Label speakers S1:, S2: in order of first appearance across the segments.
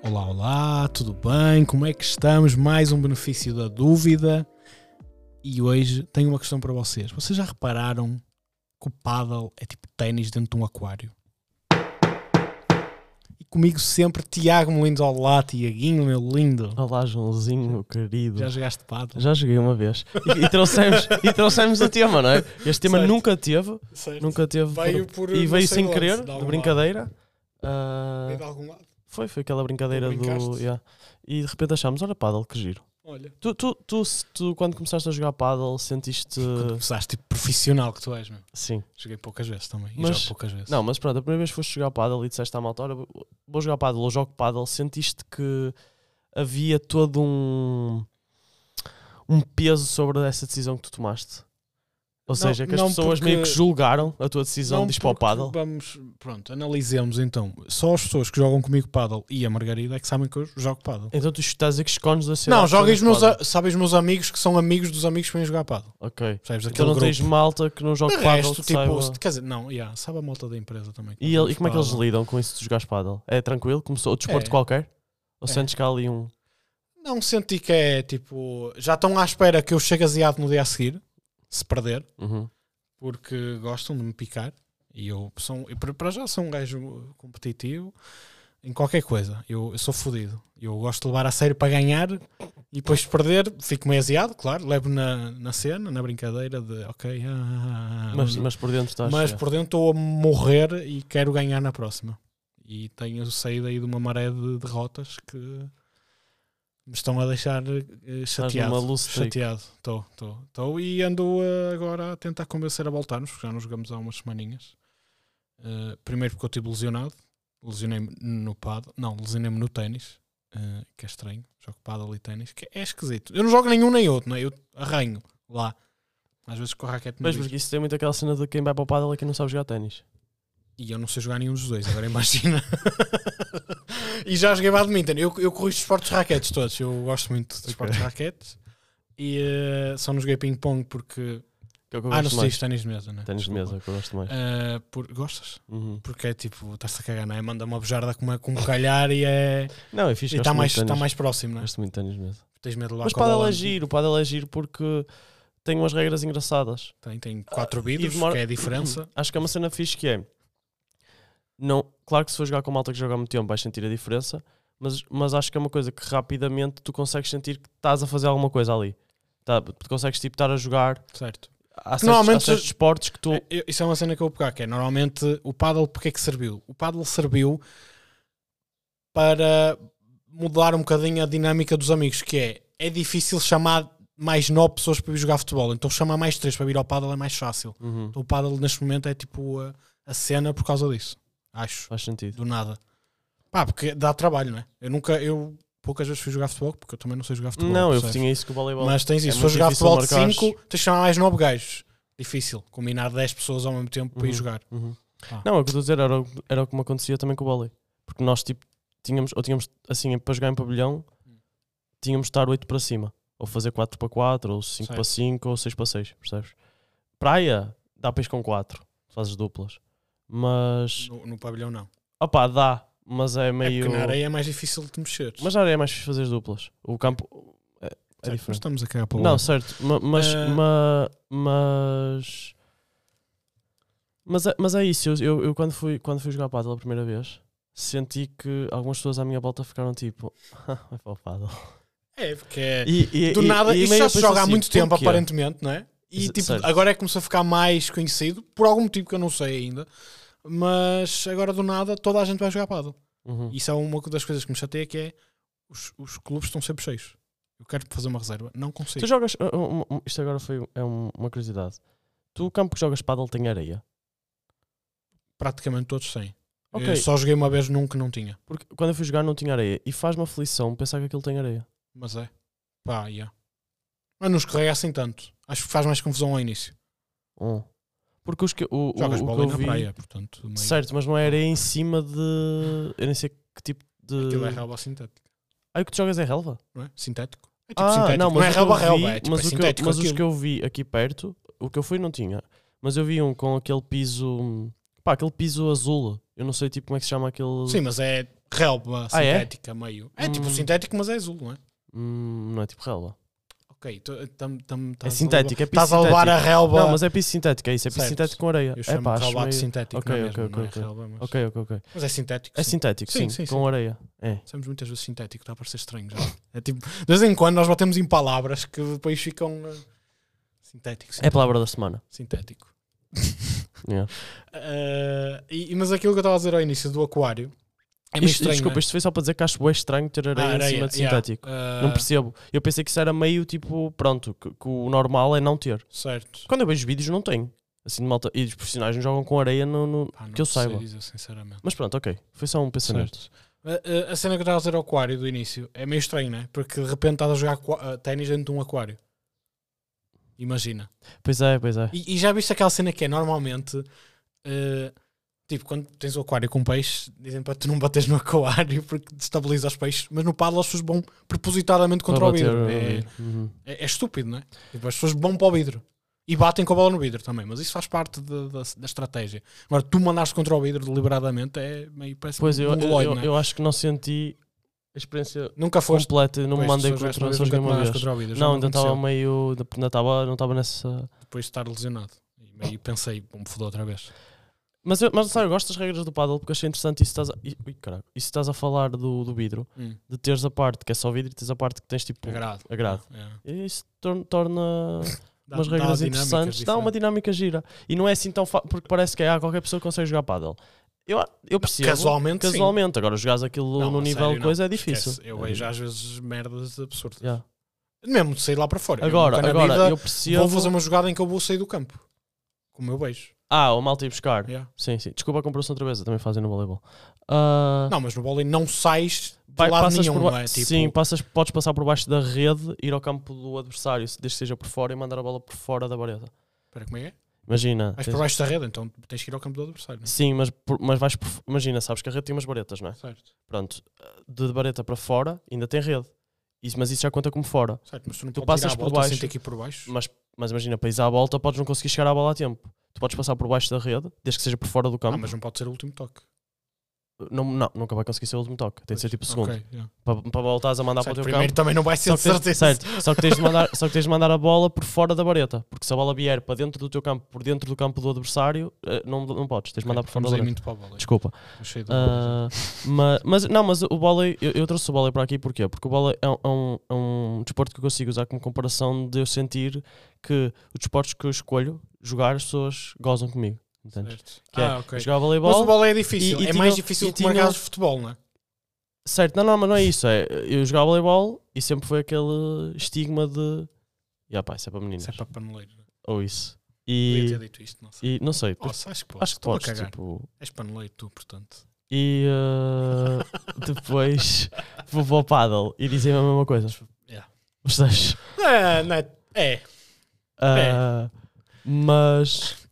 S1: Olá, tudo bem? Como é que estamos? Mais um benefício da dúvida. E hoje tenho uma questão para vocês. Vocês já repararam que o paddle é tipo ténis dentro de um aquário? E comigo sempre Tiago Molinos. Olá, Tiaguinho, meu lindo.
S2: Olá, Joãozinho, querido.
S1: Já
S2: Já,
S1: jogaste paddle?
S2: joguei uma vez. E, e trouxemos, e trouxemos o tema, não é? Este tema
S1: Certo.
S2: nunca teve. Nunca teve.
S1: Veio
S2: por-
S1: por
S2: e
S1: não
S2: veio
S1: sei
S2: sem
S1: onde,
S2: querer,
S1: de algum
S2: brincadeira. Ah,
S1: Veio de algum lado.
S2: foi, foi aquela brincadeira do.
S1: Brincaste?
S2: yeah. E de repente achámos, olha, paddle, que giro.
S1: Olha.
S2: Tu, tu, tu, se- tu, quando começaste a jogar paddle, sentiste.
S1: Quando começaste, tipo profissional que tu és, meu.
S2: Sim.
S1: Joguei poucas vezes também. E
S2: Mas-
S1: jogo poucas vezes.
S2: Não, mas pronto, a primeira vez que foste jogar paddle e disseste à malta, olha, vou jogar paddle ou jogo paddle, sentiste que havia todo um. um peso sobre essa decisão que tu tomaste? Ou
S1: Não,
S2: seja, que as
S1: não
S2: pessoas meio que
S1: porque-
S2: julgaram a tua decisão
S1: Não,
S2: de ir para o
S1: porque
S2: paddle?
S1: Vamos, pronto, analisemos então. Só as pessoas que jogam comigo paddle e a Margarida é que sabem que eu jogo paddle.
S2: Então tu estás a dizer que escondes da
S1: não, joguem
S2: jogas
S1: os meus, a- sabem os meus amigos que são amigos dos amigos que vêm jogar paddle.
S2: Ok.
S1: Percebes?
S2: Então
S1: Aquele
S2: não
S1: grupo.
S2: tens malta que não joga
S1: De
S2: paddle?
S1: resto,
S2: que
S1: tipo,
S2: saiba-
S1: se- quer dizer, não, yeah, sabe a malta da empresa também.
S2: E, ele- e como é que eles
S1: Paddle.
S2: lidam com isso de jogares paddle? É tranquilo? Começou outro desporto
S1: É.
S2: qualquer? Ou
S1: É.
S2: sentes que há ali um.
S1: Não senti que é tipo, já estão à espera que eu chegue aziado no dia a seguir, se perder,
S2: Uhum.
S1: porque gostam de me picar. E eu, sou, eu para- para já sou um gajo competitivo em qualquer coisa. Eu, eu sou fodido. Eu gosto de levar a sério para ganhar e depois de perder fico meio aziado, claro. Levo na, na cena, na brincadeira de ok, ah, ah, ah,
S2: Mas, mas por dentro estás.
S1: mas
S2: é.
S1: por dentro estou a morrer e quero ganhar na próxima. E tenho saído aí de uma maré de derrotas que me estão a deixar eh, chateado.
S2: numa loose streak.
S1: chateado. Estou, estou, estou. E ando eh, agora a tentar convencer a voltarmos, porque já nos jogamos há umas semaninhas. Eh, primeiro porque eu estive lesionado. Lesionei-me no paddle. Não, lesionei-me no ténis. eh, que é estranho. Jogo paddle e ténis. Que é esquisito. Eu não jogo nenhum nem outro, não é? Eu arranho lá. Às vezes com a raquete no
S2: Mas
S1: bico.
S2: porque isso tem muito aquela cena de quem vai para o paddle é quem não sabe jogar ténis.
S1: E eu não sei jogar nenhum dos dois, agora imagina. e já joguei badminton. Eu, eu corrijo esportes de raquetes todos. Eu gosto muito de esportes de raquetes. E eh, só não joguei ping-pong porque.
S2: Que é o que eu
S1: Ah, não
S2: gosto
S1: sei,
S2: mais.
S1: isto ténis de mesa, né?
S2: Ténis de mesa, é que eu gosto mais.
S1: Eh, por, gostas?
S2: Uhum.
S1: Porque é tipo, estás-te a cagar, não é? Manda uma bujarda com, uma, com um calhar e é.
S2: Não, é fixe.
S1: E
S2: gosto
S1: está
S2: muito
S1: mais,
S2: de ténis.
S1: tá mais próximo, não é?
S2: Gosto muito de ténis de mesa.
S1: Tens medo de lá
S2: Mas
S1: com a bola
S2: paddle é
S1: antes.
S2: giro, paddle é giro porque tem umas regras engraçadas.
S1: Tem, tem quatro vidros,
S2: Ah, demora-
S1: que é a diferença.
S2: Acho que é uma cena fixe que é. Não, claro que se for jogar com malta que joga há muito tempo vais sentir a diferença, mas, mas acho que é uma coisa que rapidamente tu consegues sentir que estás a fazer alguma coisa ali. Tá, tu consegues tipo estar a jogar.
S1: Certo.
S2: Há certos,
S1: Normalmente-
S2: há certos esportes que tu.
S1: É, eu- isso é uma cena que eu vou pegar, que é normalmente o paddle porque é que serviu? O paddle serviu para mudar um bocadinho a dinâmica dos amigos, que é é difícil chamar mais nove pessoas para vir jogar futebol, então chamar mais três para vir ao paddle é mais fácil.
S2: Uhum,
S1: Então o paddle neste momento é tipo a, a cena por causa disso, acho,
S2: faz sentido.
S1: do nada. Pá, porque dá trabalho, não é? Eu nunca, eu poucas vezes fui jogar futebol, porque eu também não sei jogar futebol.
S2: não, eu
S1: percebes?
S2: tinha isso com o voleibol.
S1: Mas tens
S2: É
S1: isso. Se for
S2: muito
S1: jogar
S2: difícil
S1: futebol de
S2: marcares.
S1: 5, tens de chamar mais 9 gajos. Difícil. Combinar 10 pessoas ao mesmo tempo para ir
S2: Uhum.
S1: jogar.
S2: Uhum.
S1: Ah.
S2: Não, é o que eu estou a dizer, era, o- era o que me acontecia também com o vôlei. Porque nós, tipo, tínhamos, ou tínhamos, assim, para jogar em pavilhão, tínhamos de estar 8 para cima. Ou fazer 4 para 4, ou 5
S1: Certo.
S2: para 5, ou 6 para 6, percebes? Praia, dá para ir com 4, fazes duplas. Mas,
S1: No, no pavilhão, não.
S2: opá, dá, mas é
S1: É
S2: meio...
S1: porque na areia é mais difícil de te mexer.
S2: Mas na areia é mais fixe fazer duplas. O campo é, é
S1: Certo, mas
S2: diferente.
S1: estamos a cagar para o
S2: Não,
S1: lado.
S2: certo, ma- mas,
S1: Ah.
S2: ma- mas, mas, é, mas é isso. Eu, eu, eu quando, fui, quando fui jogar paddle a primeira vez, senti que algumas pessoas à minha volta ficaram tipo, "Ah, vai para o paddle.
S1: É, porque é...
S2: E, e-
S1: Do
S2: e-
S1: nada,
S2: e
S1: isto
S2: meio
S1: já
S2: eu
S1: se
S2: penso
S1: joga há
S2: assim,
S1: muito tempo,
S2: "Porquê?"
S1: aparentemente, não é? E
S2: Ex-
S1: tipo,
S2: certo.
S1: agora é que começou a ficar mais conhecido, por algum motivo que eu não sei ainda. Mas agora do nada toda a gente vai jogar paddle.
S2: Uhum.
S1: Isso é uma das coisas que me chateia que é os, os clubes estão sempre cheios. Eu quero fazer uma reserva. Não
S2: Tu
S1: consigo.
S2: jogas, uh, um- um- isto agora foi é um- uma curiosidade. Tu, o campo que jogas paddle tem areia?
S1: Praticamente todos têm.
S2: Ok,
S1: Eu só joguei uma vez num que não tinha.
S2: porque quando eu fui jogar não tinha areia. E faz-me aflição pensar que aquilo tem areia.
S1: Mas é. Pá, yeah. Mas não escorrega assim tanto. Acho que faz mais confusão ao início.
S2: Hum. Porque os que, o, o,
S1: Jogas
S2: o que
S1: bola
S2: eu
S1: na
S2: vi...
S1: praia, portanto. Meio... um
S2: Certo, mas não é areia em cima de. Eu nem sei que tipo de.
S1: Aquilo é relva sintética,
S2: Ah, o que tu jogas é relva?
S1: não é? Sintético. É tipo
S2: ah,
S1: sintético. Não, é
S2: o que eu
S1: relva, relva.
S2: vi-
S1: É, tipo, é
S2: mas o que eu-
S1: sintético
S2: mas os
S1: aquilo.
S2: que eu vi aqui perto, o que eu fui não tinha. Mas eu vi um com aquele piso. Pá, aquele piso azul. Eu não sei tipo como é que se chama aquele.
S1: Sim, mas é relva
S2: Ah, é?
S1: sintética, meio. É tipo
S2: Hum.
S1: sintético, mas é azul, não é?
S2: Hum, não é tipo relva.
S1: Ok, tu- tam- tam-
S2: É
S1: estás a
S2: sintético, é
S1: levar-
S2: piso
S1: Estás a levar a
S2: sintético.
S1: relva.
S2: Não, mas é piso sintético, é isso, é piso
S1: Certo.
S2: sintético com areia.
S1: Eu
S2: é
S1: chamo
S2: pá,
S1: de
S2: acho
S1: relvato
S2: meio-
S1: sintético,
S2: Ok,
S1: não é mesmo,
S2: ok,
S1: não é
S2: ok, ok.
S1: relva, mas...
S2: Ok, ok, ok.
S1: mas é sintético.
S2: É
S1: sim.
S2: sintético,
S1: Sim,
S2: sim,
S1: sim,
S2: com
S1: sim.
S2: areia. É.
S1: Dissemos muitas vezes sintético, está a parecer estranho já. É tipo, de vez em quando nós batemos em palavras que depois ficam eh, sintético,
S2: É a palavra da semana.
S1: sintético.
S2: Yeah.
S1: Eh, e- mas aquilo que eu estava a dizer ao início do aquário é meio
S2: Isto-
S1: estranho.
S2: desculpa,
S1: não é?
S2: isto foi só para dizer que acho bem estranho ter areia,
S1: Ah,
S2: em cima de
S1: yeah.
S2: sintético.
S1: Eh,
S2: Não percebo. Eu pensei que isso era meio tipo, pronto, que, que o normal é não ter.
S1: Certo.
S2: Quando eu vejo vídeos, não tem. Assim de malta. E os profissionais não jogam com areia no. no-
S1: Pá, não
S2: Que eu
S1: te sei
S2: saiba.
S1: dizer, sinceramente.
S2: Mas pronto, ok. Foi só um pensamento.
S1: A- a- A cena que eu estava a dizer ao aquário do início é meio estranho, não é? Porque de repente estás a jogar aqua- a ténis dentro de um aquário. Imagina.
S2: Pois é, pois é.
S1: E, e já viste aquela cena que é normalmente eh, tipo quando tens o aquário com peixe, dizem para tu não bateres no aquário porque destabiliza os peixes, mas no paddle as pessoas vão propositadamente contra
S2: Para
S1: o
S2: bater
S1: vidro.
S2: o
S1: É,
S2: vidro. Uhum.
S1: é- é estúpido, não é? Tipo, as pessoas vão para o vidro e batem com a bola no vidro também, mas isso faz parte da, da- da estratégia. Agora, tu mandaste contra o vidro deliberadamente é meio parece
S2: Pois eu,
S1: um mongoloide,
S2: eu,
S1: não é?
S2: eu acho que não senti a experiência
S1: Nunca foste.
S2: completa. Eu não me
S1: Pois,
S2: mandei
S1: tu
S2: com
S1: só
S2: as
S1: jogaste uma vez, nunca
S2: pessoas
S1: te
S2: nenhuma
S1: mandaste
S2: vez.
S1: contra o vidro, já
S2: Não, então ainda
S1: aconteceu.
S2: estava meio. Ainda estava não estava nessa.
S1: Depois de estar lesionado. E meio pensei, bom, me fodou outra vez.
S2: Mas, eu, mas sabe, eu gosto das regras do paddle porque achei interessante isso estás a, i- ui, caraca, isso estás a falar do, do vidro,
S1: Hum,
S2: de teres a parte que é só vidro e teres a parte que tens tipo
S1: agrado.
S2: agrado.
S1: É.
S2: E Isso torna, torna
S1: Dá-
S2: umas
S1: dá
S2: regras
S1: dinâmicas
S2: interessantes, dá uma
S1: diferentes.
S2: dinâmica gira. E não é assim tão fácil, porque parece que é, ah, qualquer pessoa consegue jogar paddle. Eu, eu percebo.
S1: Casualmente, sim.
S2: casualmente. Agora, jogares aquilo
S1: Não,
S2: no
S1: a
S2: nível
S1: sério,
S2: de coisa
S1: não.
S2: é difícil.
S1: Esquece. Eu
S2: É
S1: vejo
S2: difícil.
S1: às vezes merdas absurdas.
S2: Yeah.
S1: Mesmo de sair lá para fora. Eu
S2: Agora,
S1: nunca na
S2: agora
S1: vida
S2: eu percebo.
S1: vou fazer uma jogada em que eu vou sair do campo. Como eu beijo.
S2: Ah, o malta ia buscar.
S1: Yeah.
S2: Sim, sim. Desculpa a comparação outra vez, eu também fazem no voleibol. Ah,
S1: Não, mas no vôlei não sais de
S2: Vai-
S1: lado
S2: passas
S1: nenhum,
S2: por ba-
S1: não é? Tipo,
S2: Sim, passas, podes passar por baixo da rede, ir ao campo do adversário, se- desde que seja por fora, e mandar a bola por fora da vareta.
S1: espera, como é que é?
S2: Imagina.
S1: Vais
S2: tens-
S1: para baixo da rede, então tens que ir ao campo do adversário, não é?
S2: Sim, mas, por- mas vais por, imagina, sabes que a rede tem umas varetas, não é?
S1: Certo.
S2: Pronto, de vareta para fora ainda tem rede, isso, mas isso já conta como fora.
S1: certo. Mas tu não
S2: Tu
S1: podes
S2: passas
S1: ir à
S2: por
S1: volta
S2: baixo.
S1: sem ter que ir por baixo.
S2: Mas, mas imagina, para ir à volta, podes não conseguir chegar à bola a tempo. Tu podes passar por baixo da rede, desde que seja por fora do
S1: Ah,
S2: campo.
S1: mas não pode ser o último toque.
S2: não, não, nunca vai conseguir ser o último toque, tem de ser tipo segundo.
S1: Ok, yeah.
S2: Para, para voltares a mandar
S1: Certo,
S2: para o teu campo.
S1: primeiro também não vai ser
S2: Só
S1: de
S2: que,
S1: certeza.
S2: tens, certo, só, que tens de mandar, só que tens de mandar a bola por fora da vareta, porque se a bola vier para dentro do teu campo, por dentro do campo do adversário, eh, não, não podes, tens de mandar por fora da
S1: Estamos aí
S2: vareta.
S1: muito para o vôlei.
S2: Desculpa.
S1: Estou cheio de
S2: Ah, ma- mas, não, mas o vôlei, eu, eu trouxe o vôlei para aqui porquê? Porque o vôlei é, um- é um, é um desporto que eu consigo usar como comparação de eu sentir que os desportos que eu escolho jogar, as pessoas gozam comigo. Entendes?
S1: Certo.
S2: Que é
S1: ah, ok.
S2: Jogar
S1: Mas o
S2: voleibol,
S1: vôlei é difícil.
S2: E- e
S1: é mais
S2: tinha-
S1: difícil
S2: e
S1: que uma
S2: tinha-
S1: casa de futebol, não é?
S2: certo, não, não, mas não é isso. É, eu jogava voleibol e sempre foi aquele estigma de. Ya pá, isso é para meninas.
S1: Isso é para paneleiro.
S2: Ou isso.
S1: Podia
S2: E,
S1: ter dito isto, não sei.
S2: e não sei,
S1: Posso, acho que posso.
S2: acho que
S1: Estou a
S2: podes,
S1: cagar.
S2: tipo.
S1: És paneleiro tu, portanto.
S2: E eh, depois vou para o paddle e dizem a mesma coisa.
S1: Yeah.
S2: Os dois.
S1: É, não é, é.
S2: Ah, Mas.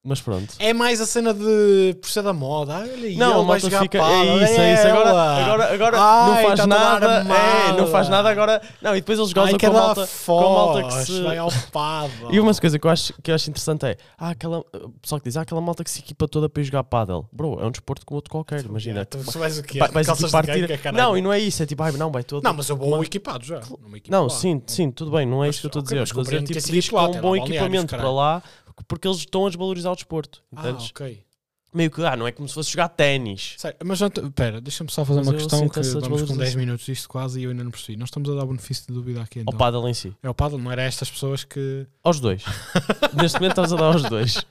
S2: Mas pronto.
S1: É mais a cena de por ser da moda. Ah, olha,
S2: Não,
S1: ele
S2: a
S1: vai
S2: malta
S1: jogar
S2: fica.
S1: pala,
S2: É isso, é isso. Agora, agora, agora
S1: Ai,
S2: não faz
S1: tá toda
S2: nada. É, não
S1: armada.
S2: faz nada agora. Não, e depois eles
S1: Ai,
S2: gozam com a
S1: cada
S2: malta. malta que
S1: foz,
S2: se-
S1: vai ao pádel.
S2: E uma coisa que eu acho, que eu acho interessante é. Há aquela. O pessoal que diz, há aquela malta que se equipa toda para ir jogar paddle. Bro, é um desporto como outro qualquer, imagina.
S1: Tu sabes o que é?
S2: Vai- Vais
S1: Calças
S2: equipar.
S1: de
S2: tira-
S1: ganga, caralho.
S2: Não, e não é isso. É tipo, ai, não, vai todo.
S1: Não, mas eu vou equipado já. Não, me equipo
S2: Não,
S1: lá.
S2: sim, sim, tudo bem, não é
S1: Mas,
S2: isto que eu estou a
S1: ok,
S2: dizer.
S1: mas
S2: Estou a dizer
S1: compreendo que
S2: tipo,
S1: esse
S2: pediste
S1: ritual
S2: com um
S1: tem
S2: bom
S1: lá balneários,
S2: equipamento para
S1: caralho.
S2: lá, porque eles estão a desvalorizar o desporto.
S1: Ah,
S2: entendes?
S1: ok.
S2: Meio que, ah, não é como se fosse jogar ténis.
S1: Sério, mas não te- pera, deixa-me só fazer
S2: Mas
S1: uma
S2: eu
S1: questão
S2: sinto
S1: que
S2: essa
S1: vamos com
S2: desvalorização.
S1: 10 minutos disto quase e eu ainda não percebi. Nós estamos a dar o benefício de dúvida aqui
S2: Ao
S1: então.
S2: paddle em si.
S1: É o paddle, não era estas pessoas que...
S2: Aos dois. Neste momento estás a dar aos dois.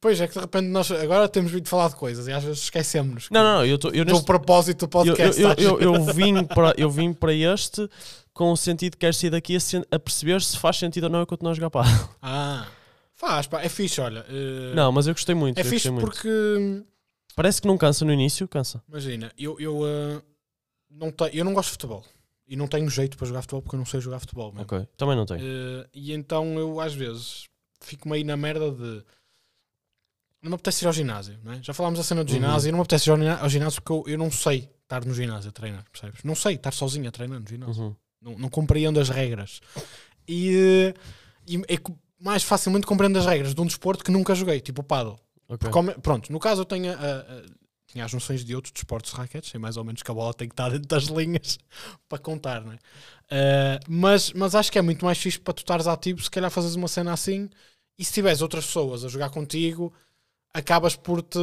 S1: Pois é que de repente nós agora temos vindo falar de coisas e às vezes esquecemos-nos.
S2: Não, não, não, eu estou. Eu,
S1: Do
S2: neste-
S1: propósito do
S2: eu,
S1: podcast.
S2: eu,
S1: acho.
S2: eu, eu, eu vim para, eu vim para este com o sentido que quero sair daqui a, sen- a perceber se faz sentido ou não eu continuar a jogar paddle.
S1: Ah, faz, pá, é fixe, olha. eh,
S2: Não, mas eu gostei muito.
S1: é
S2: eu
S1: fixe
S2: gostei muito.
S1: porque, hum,
S2: Parece que não cansa no início, cansa.
S1: imagina, eu, eu, eh, não te, eu não gosto de futebol e não tenho jeito para jogar futebol porque eu não sei jogar futebol mesmo.
S2: Ok, também não tenho.
S1: Eh, e então eu às vezes fico meio na merda de não me apetece ir ao ginásio, não é? já falámos da cena do
S2: Uhum.
S1: ginásio, eu não me apetece ir ao gina- ao ginásio porque eu, eu não sei estar no ginásio a treinar, percebes? Não sei estar sozinho a treinar no ginásio,
S2: Uhum.
S1: não, não compreendo as regras e, eh, e é co- mais facilmente compreendo as regras de um desporto que nunca joguei, tipo o paddle.
S2: ok.
S1: Porque, ao me- pronto, no caso eu tenho a- a- a- tinha as noções de outros desportos de raquetes, sei mais ou menos que a bola tem que estar dentro das linhas para contar, não é? Ah, mas, mas acho que é muito mais fixe para tu estares ativo, se calhar fazes uma cena assim, e se tiveres outras pessoas a jogar contigo, acabas por te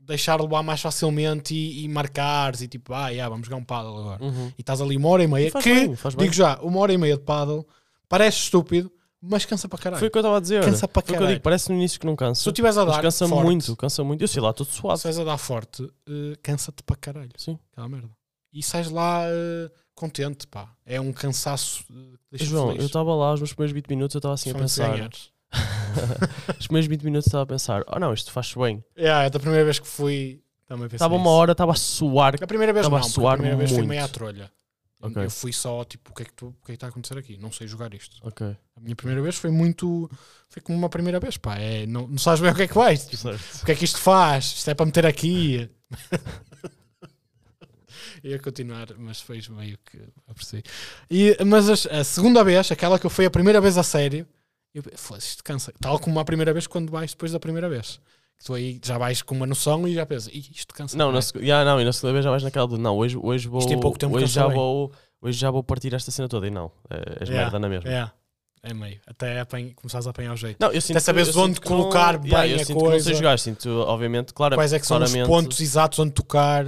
S1: deixar levar mais facilmente e, e marcares, e tipo, ah, yeah, vamos jogar um paddle agora
S2: Uhum.
S1: e estás ali uma hora e meia,
S2: E faz
S1: é que,
S2: bem, faz bem.
S1: digo já, uma hora e meia de paddle, parece estúpido, mas cansa para caralho.
S2: Foi o que eu estava a dizer.
S1: Cansa para
S2: Foi o que eu
S1: caralho.
S2: digo, parece no início que não
S1: Se
S2: cansa.
S1: tu estiveres a
S2: Mas
S1: dar
S2: cansa
S1: forte,
S2: muito, cansa muito. Eu sei lá, todo
S1: se
S2: suado.
S1: estiveres a dar forte, eh, cansa-te para caralho.
S2: Sim.
S1: Aquela merda. E sais lá eh, contente, pá. É um cansaço. eh, que deixa-te
S2: João,
S1: feliz.
S2: eu estava lá, os meus primeiros 20 minutos eu estava assim a
S1: Principalmente se
S2: pensar.
S1: ganhares.
S2: Os primeiros 20 minutos eu estava a pensar, oh não, isto faz bem.
S1: Yeah, é da primeira vez que fui, também pensei
S2: Estava uma
S1: nisso.
S2: hora, estava a suar.
S1: A primeira vez
S2: Estava
S1: não,
S2: a
S1: porque a
S2: suar
S1: primeira vez fui
S2: muito.
S1: meio à trolha.
S2: Ok.
S1: Eu fui só, tipo, o que é que tu- o que é que está a acontecer aqui? Não sei jogar isto.
S2: Ok.
S1: A minha primeira vez foi muito. Foi como uma primeira vez, pá. É, não, não sabes bem o que é que vais. Tipo, o
S2: Certo.
S1: que é que isto faz? Isto é para meter aqui. Ia continuar, mas foi meio que apercebi. E, mas as- a, segunda vez, aquela que eu fui a primeira vez a sério, eu falei, isto cansa. Tal como a primeira vez quando vais depois da primeira vez. Que tu aí já vais com uma noção e já pensas, "Ih, isto cansa.
S2: Não,
S1: bué."
S2: na, seg- yeah, não, e na segunda vez já vais naquela de não, hoje, hoje vou.
S1: Isto em pouco tempo
S2: hoje
S1: cansa
S2: já
S1: bem.
S2: vou. Hoje já vou partir esta cena toda e não. é- És
S1: Yeah,
S2: merda na mesma.
S1: É, é meio. Até apanha, começares a apanhar o jeito.
S2: Não, eu sinto
S1: Até saberes
S2: eu sinto
S1: onde
S2: que não-
S1: colocar bem
S2: yeah, eu
S1: a
S2: sinto Que não
S1: coisa.
S2: sei jogar, sinto, obviamente, claro,
S1: Quais é que são os
S2: claramente-
S1: pontos exatos onde tocar?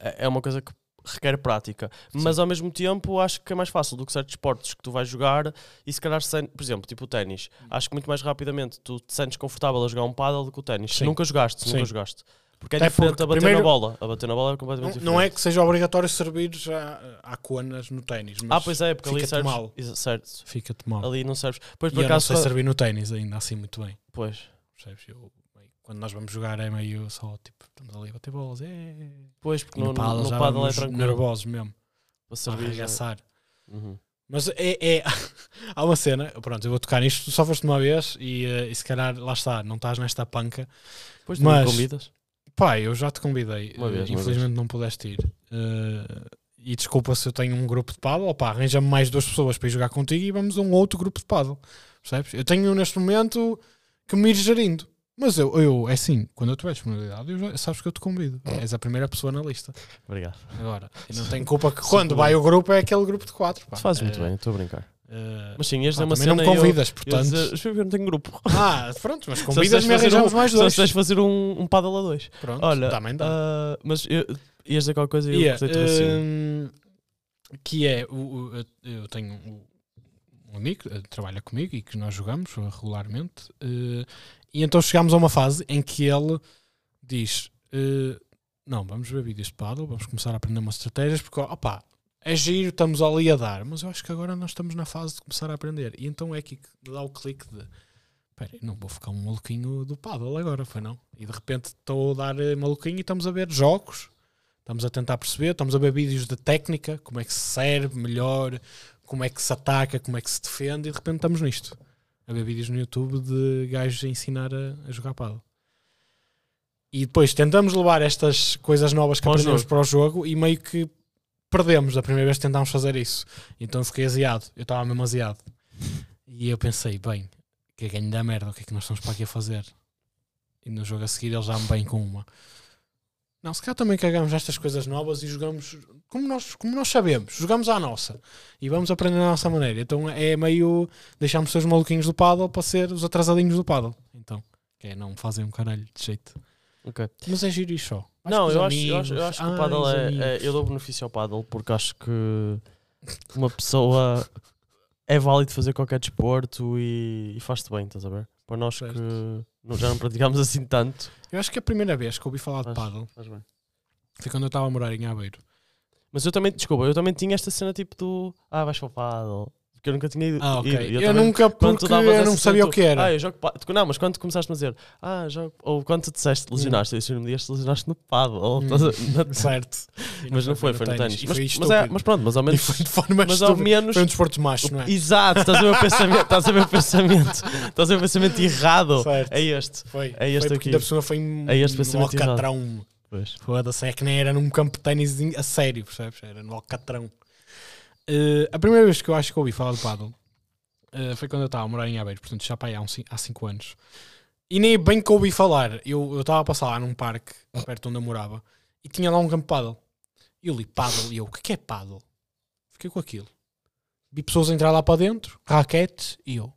S2: é é uma coisa que requer prática. Mas ao mesmo tempo acho que é mais fácil do que certos esportes que tu vais jogar e se calhar, sen- por exemplo, tipo o ténis.
S1: Hum.
S2: Acho que muito mais rapidamente tu te sentes confortável a jogar um paddle do que o ténis. Se
S1: Sim.
S2: Nunca jogaste, se nunca
S1: Sim.
S2: jogaste. Porque é
S1: Até
S2: diferente
S1: porque
S2: a bater
S1: primeiro-
S2: na bola. A bater na bola é completamente
S1: Não,
S2: diferente.
S1: não é que seja obrigatório servir já a conas no ténis, mas
S2: Ah, pois é, porque ali
S1: fica-te
S2: serves...
S1: mal.
S2: Exa- Certo.
S1: fica-te mal.
S2: Ali não serves... Pois,
S1: E
S2: por
S1: eu não
S2: acaso...
S1: sei servir no ténis ainda assim muito bem.
S2: Pois,
S1: Percebes? Eu, quando nós vamos jogar é meio só tipo, estamos ali a bater bolas. É. E
S2: pois porque
S1: no
S2: no, no,
S1: paddle
S2: no
S1: já
S2: paddle é
S1: vamos
S2: tranquilo.
S1: nervosos mesmo.
S2: Para
S1: a
S2: servir...
S1: Arregaçar.
S2: Uhum.
S1: Mas é, é- há uma cena, pronto, eu vou tocar nisto, só foste uma vez e, eh, e se calhar lá está, não estás nesta panca.
S2: Pois, tu me
S1: Mas-
S2: convidas.
S1: Pá, eu já te convidei,
S2: Uma
S1: eh,
S2: vez, uma
S1: infelizmente não pudeste ir. Eh, e desculpa se eu tenho um grupo de paddle, opá, arranja-me mais duas pessoas para ir jogar contigo e vamos a um outro grupo de paddle. Percebes? Eu tenho neste momento que me ir gerindo. Mas eu, eu é assim, quando eu tiver disponibilidade, eu já- sabes que eu te convido. És a primeira pessoa na lista.
S2: Obrigado.
S1: Agora, eu não tenho culpa que quando vai o grupo é aquele grupo de quatro. Pá.
S2: Tu fazes
S1: Eh,
S2: muito bem, estou a brincar.
S1: eh,
S2: Mas sim, este
S1: pá,
S2: é uma
S1: também não me
S2: cena... e eu-
S1: convidas,
S2: Eu ia
S1: portanto.
S2: dizer, "Deixa eu ver, não tenho grupo.
S1: Ah, pronto, mas
S2: Só se tens
S1: convidas-me e
S2: fazer
S1: arranjamos
S2: um-
S1: mais
S2: Só
S1: dois.
S2: se tens fazer um, um paddle a dois.
S1: Pronto,
S2: Olha,
S1: também dá.
S2: ah, mas eu, ias dizer qualquer coisa e eu
S1: Yeah,
S2: cortei-te o raciocínio.
S1: hum, que é, o- o- eu- eu tenho um- um amigo eh, que trabalha comigo e que nós jogamos eh, regularmente, eh, e então chegámos a uma fase em que ele diz: eh, Não, vamos ver vídeos de paddle, vamos começar a aprender umas estratégias, porque opá, é giro, estamos ali a dar, mas eu acho que agora nós estamos na fase de começar a aprender. E então é aqui que dá o clique de. Espera, não vou ficar um maluquinho do paddle agora, foi não? E de repente estou a dar eh, maluquinho e estamos a ver jogos Estamos a tentar perceber, estamos a ver vídeos de técnica, como é que se serve melhor, como é que se ataca, como é que se defende, e de repente estamos nisto. A ver vídeos no YouTube de gajos a ensinar a, a jogar paddle. E depois tentamos levar estas coisas novas que
S2: Para o
S1: aprendemos
S2: jogo.
S1: para o jogo e meio que perdemos da primeira vez que tentámos fazer isso. Então eu fiquei aziado, eu estava mesmo aziado. E eu pensei, bem, que é ganho da merda, o que é que nós estamos para aqui a fazer? E no jogo a seguir eles já me vêm com uma. Não, se calhar também cagamos nestas coisas novas e jogamos como nós, como nós sabemos, jogamos à nossa e vamos aprender à nossa maneira. Então é meio deixarmos ser os maluquinhos do paddle para ser os atrasadinhos do paddle. Então, que é não fazem um caralho de jeito.
S2: Ok.
S1: Mas é giro e só. Vais
S2: Não,
S1: com os
S2: eu acho, eu acho- eu
S1: amigos.
S2: acho que o
S1: Ai,
S2: paddle
S1: os
S2: é,
S1: amigos.
S2: é- Eu dou benefício ao paddle porque acho que uma pessoa é válido fazer qualquer desporto e, e faz-te bem, estás a ver? Para nós que
S1: Certo.
S2: não- já não praticámos assim tanto.
S1: Eu acho que é a primeira vez que ouvi falar de
S2: Faz-
S1: paddle
S2: Faz bem.
S1: foi quando eu estava a morar em Aveiro.
S2: Mas eu também, desculpa, eu também tinha esta cena tipo do. Ah, vais para o paddle. Porque eu nunca tinha ido.
S1: Ah, ok.
S2: ido.
S1: Eu,
S2: também-
S1: nunca,
S2: quando
S1: porque
S2: tu davas
S1: eu não
S2: essa
S1: sabia
S2: cena,
S1: o que era.
S2: Ah, eu jogo paddle. Não, mas quando tu começaste a dizer, ah, jogo. Ou quando tu disseste, lesionaste, eu disse, um dia lesionaste no paddle.
S1: Hum.
S2: Estás a- na-
S1: certo. E
S2: Mas não foi, foi no
S1: ténis.
S2: ténis.
S1: E
S2: Mas,
S1: foi
S2: mas é-
S1: estúpido.
S2: mas pronto, mas ao
S1: E
S2: menos.
S1: foi de forma
S2: Mas ao
S1: estúpida.
S2: menos.
S1: Foi um desporto macho, não é?
S2: Exato, estás a ver o pensamento, estás a ver o pensamento, estás a ver o pensamento errado.
S1: Certo.
S2: É este.
S1: Foi.
S2: É este
S1: foi porque
S2: aqui.
S1: Da pessoa foi um,
S2: É este
S1: um
S2: pensamento errado.
S1: alcatrão.
S2: Pois.
S1: Foda-se, é que nem era num campo de ténis a sério, percebes? Era no alcatrão. Eh, a primeira vez que eu acho que ouvi falar de paddle eh, foi quando eu estava a morar em Aveiro, portanto já para aí há, uns, cin- há cinco anos. E nem bem que ouvi falar. Eu estava a passar lá num parque, perto onde eu morava, e tinha lá um campo de paddle. E eu li paddle, e eu, o que é que é paddle? Fiquei com aquilo. Vi pessoas entrar lá para dentro, raquetes, e eu,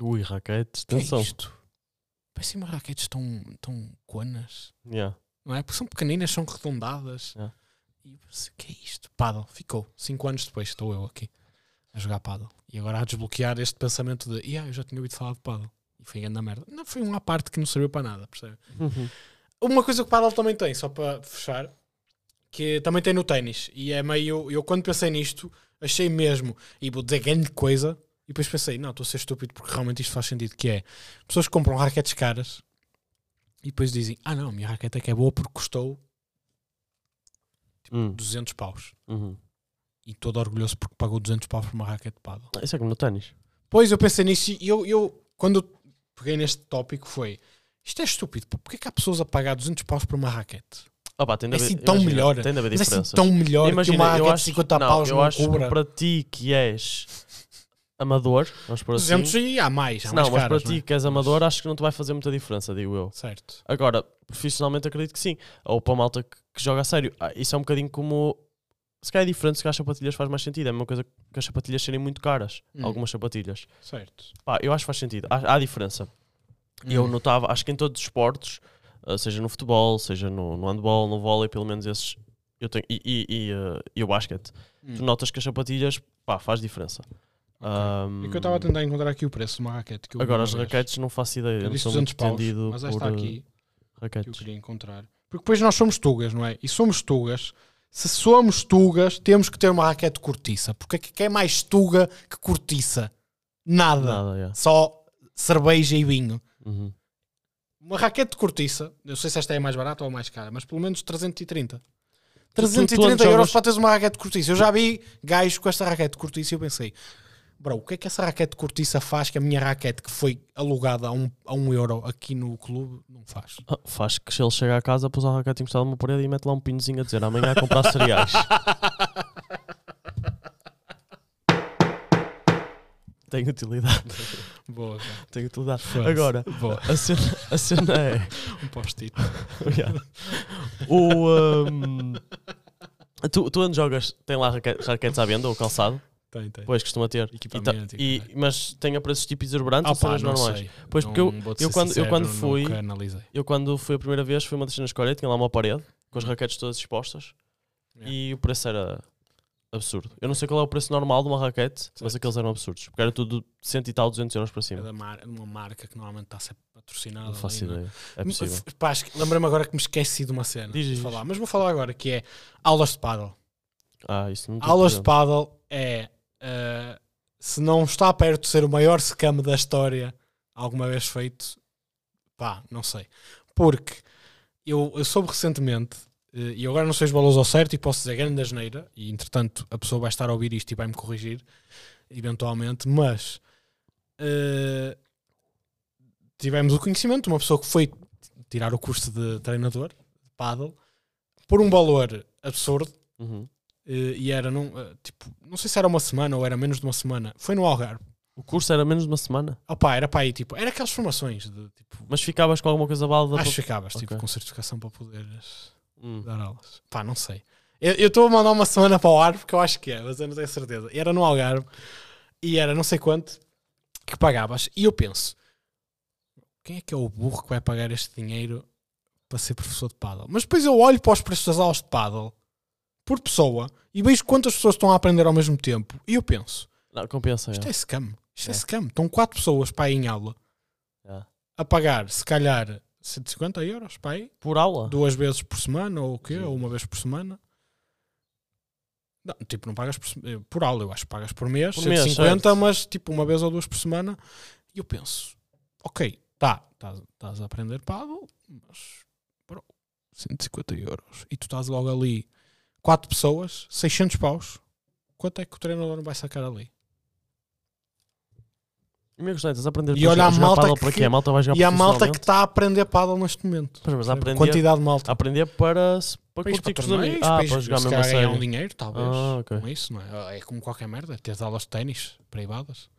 S2: Ui, raquetes,
S1: o que é
S2: atenção.
S1: isto? Parecem umas raquetes tão, tão conas,
S2: Yeah.
S1: não é? Porque são pequeninas, são redondadas.
S2: É.
S1: E eu pensei, o que é isto? Paddle. Ficou. Cinco anos depois estou eu aqui a jogar paddle. E agora a desbloquear este pensamento de, yeah, eu já tinha ouvido falar de paddle. E foi grande merda. Não, foi uma parte que não serviu para nada, percebe?
S2: Uhum.
S1: Uma coisa que o paddle também tem, só para fechar, que também tem no ténis. E é meio. Eu quando pensei nisto, achei mesmo, e vou dizer grande coisa, e depois pensei, não, estou a ser estúpido porque realmente isto faz sentido, que é pessoas que compram raquetes caras e depois dizem, ah não, a minha raquete é que é boa porque custou
S2: Hum,
S1: 200 paus.
S2: uhum.
S1: E todo orgulhoso porque pagou 200 paus por uma raquete de paddle.
S2: Isso é como no ténis.
S1: Pois eu pensei nisso e eu, eu quando eu peguei neste tópico foi, isto é estúpido, pô, porque é que há pessoas a pagar 200 paus por uma raquete?
S2: Opa, tem
S1: É
S2: de haver-
S1: assim tão
S2: imagina,
S1: melhor.
S2: Tem de haver
S1: Mas é assim
S2: diferenças.
S1: tão melhor que uma
S2: Imagina, eu
S1: raquete de
S2: acho,
S1: 50
S2: não,
S1: paus
S2: eu
S1: não
S2: acho que
S1: cobra.
S2: para ti que és amador, vamos por assim,
S1: 200 e há mais. Há
S2: não,
S1: mais
S2: mas
S1: caras,
S2: para
S1: não
S2: ti
S1: é?
S2: que és amador, acho que não te vai fazer muita diferença, digo eu.
S1: Certo.
S2: Agora, profissionalmente acredito que sim. Ou para a malta que, que joga a sério. Ah, Isso é um bocadinho como. Se calhar é diferente, se calhar as sapatilhas faz mais sentido. É a mesma coisa que as sapatilhas serem muito caras.
S1: Hum.
S2: Algumas sapatilhas.
S1: Certo.
S2: Pá, eu acho que faz sentido. Há, há diferença.
S1: Hum.
S2: E Eu notava, acho que em todos os esportes, ah, seja no futebol, seja no, no handball, no vôlei, pelo menos esses. Eu tenho, e, e, e, ah, e o basquete.
S1: Hum. É
S2: Tu notas que as sapatilhas, pá, faz diferença. Ahm,
S1: É que eu estava a tentar encontrar aqui o preço de uma raquete. Que eu vi
S2: Agora,
S1: uma
S2: as
S1: vez.
S2: raquetes, não faço ideia.
S1: Eu
S2: não
S1: disse
S2: sou muito
S1: 200 paus,
S2: entendido
S1: mas
S2: por
S1: aí está
S2: ah,
S1: aqui que eu
S2: raquetes.
S1: queria encontrar. Porque depois nós somos tugas, não é? E somos tugas. Se somos tugas, temos que ter uma raquete de cortiça. Porque é que é mais tuga que cortiça? Nada.
S2: Nada, yeah.
S1: Só cerveja e vinho.
S2: Uhum.
S1: Uma raquete de cortiça, eu não sei se esta é a mais barata ou a mais cara, mas pelo menos 330.
S2: tu onde
S1: 330
S2: jogas-
S1: euros para teres uma raquete de cortiça. Eu já vi gajos com esta raquete de cortiça e eu pensei, bro, o que é que essa raquete de cortiça faz que a minha raquete que foi alugada a um, a um euro aqui no clube não faz?
S2: Ah, Faz que se ele chega a casa, pôs a raquete encostada numa parede e mete lá um pinozinho a dizer amanhã a comprar cereais. Tem utilidade,
S1: Boa,
S2: tem utilidade. Agora,
S1: boa.
S2: a cena, a cena é.
S1: Um post-it.
S2: Obrigado. O, hum, tu, tu onde jogas, tem lá raque- raquetes à venda ou calçado?
S1: Tem, tem.
S2: Pois costuma ter. E ta-
S1: Equipamento e
S2: e- mas tem a preços tipo exorbitantes
S1: Ah,
S2: ou
S1: pá,
S2: cenas
S1: não
S2: normais?
S1: sei.
S2: Pois, porque
S1: Não
S2: eu-
S1: vou-te
S2: eu
S1: ser
S2: quando- eu
S1: sincero,
S2: quando fui-
S1: Nunca analisei.
S2: Eu quando fui a primeira vez foi uma das cenas que olhei, tinha lá uma parede com as raquetes todas expostas
S1: Hum. Yeah.
S2: e o preço era absurdo. Eu não sei qual é o preço normal de uma raquete, mas
S1: Certo.
S2: aqueles eram absurdos, porque era tudo de 100 e tal, 200 euros para
S1: É
S2: cima.
S1: de uma marca que normalmente está a ser patrocinada.
S2: não faço
S1: ali, não é?
S2: ideia. É possível.
S1: F- Pá, esque- lembrei-me agora que me esqueci de uma cena
S2: Diz,
S1: de
S2: diz.
S1: falar, mas vou falar agora que é aulas de paddle.
S2: Ah, isso não tem
S1: Aulas de
S2: problema.
S1: paddle é eh, se não está perto de ser o maior scam da história alguma vez feito, pá, não sei. Porque eu, eu soube recentemente, eh, e agora não sei os valores ao certo e posso dizer grande asneira, e entretanto a pessoa vai estar a ouvir isto e vai-me corrigir, eventualmente, mas eh, tivemos o conhecimento de uma pessoa que foi tirar o curso de treinador, de paddle, por um valor absurdo,
S2: Uhum.
S1: eh, e era num, eh, tipo, não sei se era uma semana ou era menos de uma semana. Foi no Algarve.
S2: O curso era menos de uma semana,
S1: Opa, era para aí, tipo, era aquelas formações de tipo,
S2: mas ficavas com alguma coisa válida
S1: acho que ficavas tipo,
S2: Ok.
S1: com certificação para poderes
S2: para... Hum.
S1: dar aulas. Pá, não sei. Eu eu estou a mandar uma semana para o ar porque eu acho que é, mas eu não tenho certeza. Era no Algarve e era não sei quanto que pagavas. E eu penso, quem é que é o burro que vai pagar este dinheiro para ser professor de paddle? Mas depois eu olho para os preços das aulas de paddle por pessoa e vejo quantas pessoas estão a aprender ao mesmo tempo. E eu penso,
S2: Não, compensa.
S1: Isto
S2: é.
S1: é scam. Isto é,
S2: É.
S1: scam. Estão quatro pessoas para aí em aula
S2: É.
S1: a pagar, se calhar, 150 euros para aí,
S2: Por aula?
S1: duas vezes por semana ou o quê?
S2: Sim.
S1: Ou uma vez por semana. Não, tipo, não pagas por, se- eh, por aula, eu acho que pagas por mês,
S2: Por mês,
S1: 150,
S2: certo.
S1: mas tipo uma vez ou duas por semana. E eu penso, ok, tá, estás- estás a aprender paddle, mas bro, 150 euros. E tu estás logo ali, quatro pessoas, 600 paus. Quanto é que o treinador vai sacar ali?
S2: Meu gostei, estás a aprender
S1: E
S2: depois
S1: olha
S2: a
S1: a
S2: jogar
S1: malta
S2: paddle para
S1: que-
S2: quê? A malta vai jogar
S1: E a malta que
S2: profissionalmente?
S1: está a aprender paddle neste momento.
S2: Pois, mas a aprender-
S1: Quantidade de malta.
S2: A aprender para, se- para
S1: Para ir
S2: curtir
S1: para
S2: com os amigos.
S1: torneios,
S2: Ah,
S1: para
S2: para
S1: ir-
S2: jogar
S1: se
S2: mesmo a
S1: calhar ganhar
S2: sério.
S1: um dinheiro, talvez.
S2: Ah, ok.
S1: Com isso, não é? É como qualquer merda. Teres aulas de ténis privadas.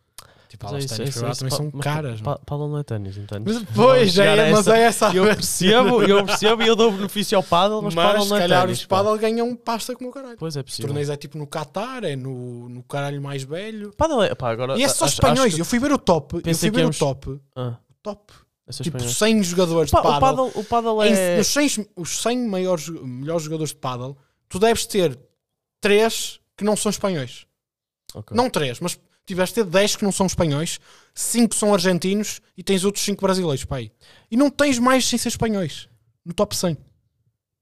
S1: Tipo, aulas de ténis privados também são caras. não é?
S2: Para onde não é ténis, entendes?
S1: Mas depois, já
S2: chegar a
S1: é, mas
S2: essa-
S1: é essa a
S2: Eu
S1: ver.
S2: percebo, eu percebo e eu dou benefício ao paddle, mas,
S1: Mas,
S2: paddle
S1: se
S2: não é
S1: calhar
S2: ténis.
S1: os
S2: pá.
S1: paddle ganham um pasta como o caralho.
S2: Pois é
S1: Os
S2: possível.
S1: torneios é tipo no Qatar, é no, no caralho mais velho.
S2: Paddle é, pá, agora,
S1: E é só
S2: acho-
S1: espanhóis.
S2: acho
S1: Eu fui ver o top. Eu fui
S2: Pensei que
S1: ver o
S2: íamos-
S1: top. o
S2: que- Ah,
S1: Top.
S2: é só
S1: Tipo,
S2: espanhóis.
S1: 100 jogadores
S2: Pá,
S1: de
S2: o
S1: paddle.
S2: paddle, o paddle
S1: Em-
S2: é...
S1: Nos 100, os 100 maiores, melhores jogadores de paddle, tu deves ter 3 que não são espanhóis.
S2: Ok.
S1: Não 3, mas tiveste ter 10 que não são espanhóis, 5 são argentinos e tens outros 5 brasileiros, pá aí. E não tens mais sem ser espanhóis. No top 100.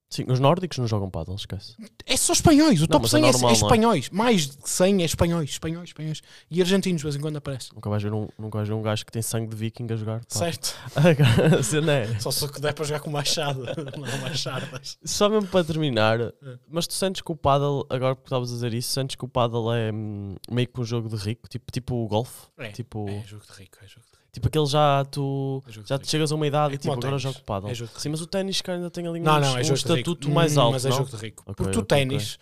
S2: Sim, os nórdicos não jogam paddle, esquece.
S1: É só espanhóis. O top
S2: mas
S1: 100
S2: é
S1: é,
S2: normal,
S1: é
S2: não é?
S1: espanhóis. Mais de 100 é espanhóis. Espanhóis, espanhóis. E argentinos, de vez em quando, aparece.
S2: Nunca vais ver um, nunca vais ver um gajo que tem sangue de viking a jogar. pá.
S1: Certo?
S2: Agora, a cena é...
S1: Só se der para jogar com machado. não, machadas.
S2: Só mesmo para terminar,
S1: É.
S2: mas tu sentes que o paddle, agora porque estavas a dizer isso, sentes que o paddle é hum, meio que um jogo de rico, tipo, tipo o golfe?
S1: É,
S2: Tipo,
S1: É jogo de rico, é jogo de rico.
S2: tipo aquele já tu
S1: É jogo
S2: já
S1: de
S2: te chegas a uma idade
S1: É
S2: e tipo,
S1: como o
S2: agora
S1: ténis.
S2: jogo paddle.
S1: É jogo de
S2: Sim, mas o ténis que ainda tem ali
S1: Não,
S2: um,
S1: não, é
S2: um
S1: jogo de rico.
S2: estatuto mais
S1: Hum,
S2: alto,
S1: Mas é
S2: não?
S1: jogo de rico.
S2: Ok,
S1: Porque tu
S2: ok,
S1: ténis,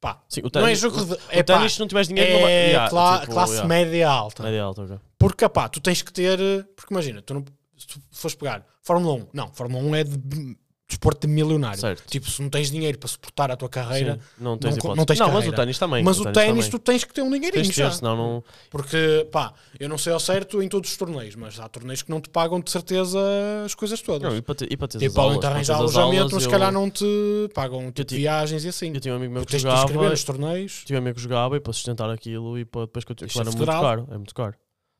S1: pá,
S2: Sim, o
S1: não é
S2: ténis-
S1: jogo de.
S2: o
S1: É pá,
S2: ténis se não tiveres dinheiro... não vai-
S1: é
S2: Yeah,
S1: cla-
S2: tipo,
S1: classe
S2: yeah.
S1: média alta.
S2: Média alta, ok.
S1: Porque, pá, tu tens que ter. eh, Porque imagina, tu não, se tu fores pegar Fórmula 1, não, Fórmula 1 é de b- desporto de milionário.
S2: Certo.
S1: Tipo, se não tens dinheiro para suportar a tua carreira,
S2: Sim, não tens
S1: não co-
S2: hipótese.
S1: não tens
S2: mas o
S1: carreira.
S2: ténis também.
S1: mas o ténis
S2: também.
S1: tu tens que ter um dinheirinho
S2: Tens de
S1: já.
S2: ter, senão não...
S1: Porque, pá, eu não sei ao certo em todos os torneios, mas há torneios que não te pagam de certeza as coisas todas.
S2: não, e para ter, e para teres as
S1: tipo,
S2: aulas,
S1: além de
S2: para teres
S1: arranjar
S2: as
S1: alojamento,
S2: aulas,
S1: mas se
S2: eu-
S1: calhar não te pagam tipo,
S2: ti-
S1: viagens e assim.
S2: Eu tinha um amigo meu
S1: Porque
S2: que
S1: tens de te
S2: jogava...
S1: inscrever nos torneios.
S2: Tive um amigo que jogava e para sustentar aquilo e para depois continuar.
S1: Isso é
S2: Claro, é muito
S1: federal.
S2: caro. É muito caro.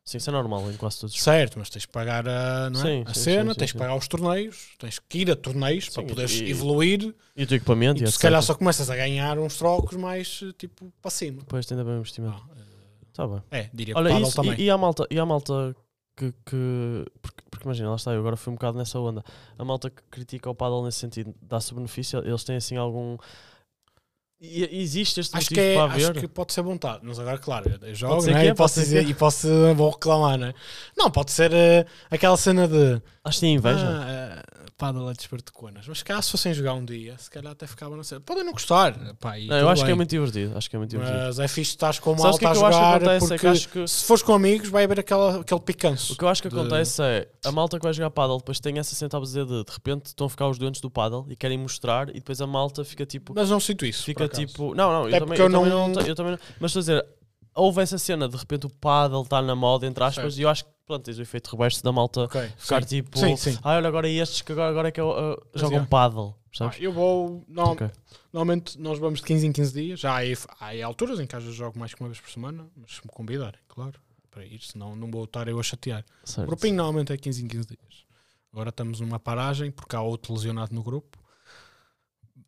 S2: Sim, isso é normal em quase todos os
S1: Certo, mas tens de pagar a, não é?
S2: Sim,
S1: a
S2: sim,
S1: cena,
S2: sim, sim,
S1: tens
S2: sim.
S1: de pagar os torneios, tens que ir a torneios para
S2: Sim,
S1: poderes
S2: e-
S1: evoluir
S2: E o teu equipamento
S1: e
S2: e,
S1: tu, se
S2: etc.
S1: calhar só começas a ganhar uns trocos mais eh, tipo para cima.
S2: Depois ainda bem o um investimento.
S1: Ah,
S2: Está bem.
S1: É, diria que o
S2: Olha,
S1: paddle
S2: isso,
S1: também.
S2: e, e a malta, e há malta que. que- porque, porque imagina, lá está, eu agora fui um bocado nessa onda. A malta que critica o paddle nesse sentido dá-se benefício, eles têm assim algum. E, existe este
S1: acho, que
S2: motivo
S1: é,
S2: para
S1: acho
S2: haver?
S1: que pode ser vontade, mas agora, claro, eu- eu jogo
S2: ser
S1: né?
S2: que é,
S1: e posso
S2: pode ser
S1: dizer
S2: que
S1: e posso eh, vou reclamar, não é? Não, pode ser eh, aquela cena de
S2: Acho que tem inveja.
S1: ah, eh, paddle é desperto de conas, mas se calhar se fossem jogar um dia, se calhar até ficava na cena. Podem não gostar, pá, e
S2: Não, eu
S1: tudo
S2: acho que é
S1: bem.
S2: muito divertido. Acho que é muito divertido.
S1: Mas é fixe, estás com
S2: Sabes o
S1: mal,
S2: que é
S1: a
S2: que eu acho que
S1: jogar,
S2: acontece? É que
S1: porque
S2: acho que-
S1: se fores com amigos vai haver aquela, aquele picanço.
S2: O que eu acho que
S1: de-
S2: acontece é a malta que vai jogar paddle depois tem essa cena, estavas a dizer, de, de repente estão a ficar os doentes do paddle e querem mostrar e depois a malta fica tipo.
S1: Mas não sinto isso.
S2: fica
S1: por acaso.
S2: tipo. Não, não,
S1: Até
S2: eu também,
S1: porque
S2: eu,
S1: eu
S2: também
S1: não-
S2: não... te- eu também não- Mas estou a dizer, houve essa cena, de repente o paddle está na moda, entre aspas,
S1: Certo.
S2: e eu acho que pronto, tens o efeito reverso da malta
S1: Ok,
S2: ficar
S1: sim.
S2: tipo.
S1: Sim, sim.
S2: Ah, olha, agora estes que agora, agora é que eu, ah, jogam
S1: yeah.
S2: paddle.
S1: Ah,
S2: Sabes?
S1: eu vou. norm-
S2: Ok.
S1: Normalmente nós vamos de 15 em 15 dias. Já há, há alturas em que às vezes jogo mais que uma vez por semana, mas se me convidarem, claro, para ir, senão não vou estar eu a chatear. O
S2: Certo.
S1: grupinho normalmente é 15 em 15 dias. Agora estamos numa paragem porque há outro lesionado no grupo.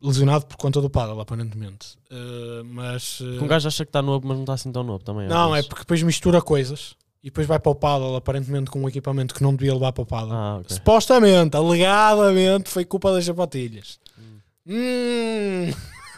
S1: Lesionado por conta do paddle, aparentemente. Eh, mas. eh,
S2: Um gajo acha que está novo, mas não está assim tão novo também. às
S1: Não, é
S2: vezes.
S1: porque depois mistura coisas e depois vai para o paddle, aparentemente com um equipamento que não devia levar para o paddle.
S2: Ah, ok.
S1: Supostamente, alegadamente, foi culpa das sapatilhas.
S2: Hum.
S1: Hum.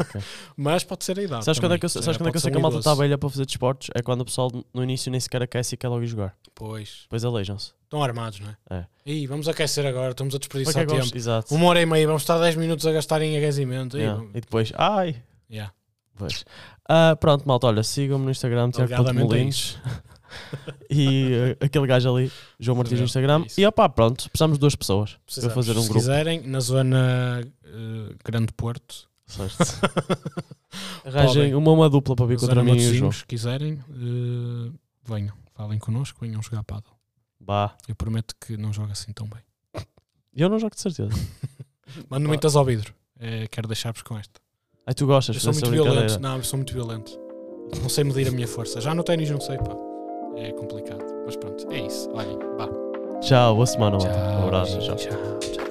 S1: Mas pode ser a idade.
S2: Sabes quando é
S1: Ah, também.
S2: que eu,
S1: Se
S2: sabes
S1: calhar
S2: quando é que
S1: pode
S2: eu sei
S1: ser
S2: que a
S1: um
S2: malta está
S1: idoso.
S2: velha para fazer desportos? É quando o pessoal no início nem sequer aquece e quer logo ir jogar.
S1: Pois.
S2: Depois aleijam-se.
S1: Estão armados, não é?
S2: É.
S1: Ih, vamos aquecer agora, estamos a
S2: Para que
S1: desperdiçar
S2: é que vamos-
S1: tempo. Um
S2: Exato.
S1: Uma hora e meia, vamos estar 10 minutos a gastar em aquecimento. Ih,
S2: Yeah.
S1: vamos-
S2: E depois, ai!
S1: Yeah.
S2: Pois. Ah, pronto, malta, olha, sigam-me no Instagram,
S1: Alegadamente é
S2: Tiago.molinos. e eh, aquele gajo ali, João Martins no Instagram.
S1: É isso.
S2: E opá, pronto, precisamos de duas pessoas
S1: Precisamos.
S2: para fazer um
S1: Se
S2: grupo.
S1: quiserem, na zona eh, Grande Porto,
S2: Certo. Arranjem uma, uma dupla para vir contra
S1: zona
S2: mim e o João.
S1: Matosinhos, se quiserem, eh, venham, falem connosco, venham jogar paddle.
S2: Bah.
S1: Eu prometo que não jogo assim tão bem.
S2: Eu não jogo de certeza.
S1: Mando muitas ao vidro. Eh, quero deixar-vos com esta.
S2: Ai, tu gostas
S1: Eu sou
S2: dessa
S1: muito
S2: brincadeira?
S1: violento. Não, eu sou muito violento. Não sei medir a minha força. Já no ténis não sei, pá. É complicado. Mas pronto, é isso. Olhem, vá.
S2: Tchau, boa semana, malta.
S1: Tchau,
S2: Um abraço, tchau.
S1: tchau. tchau.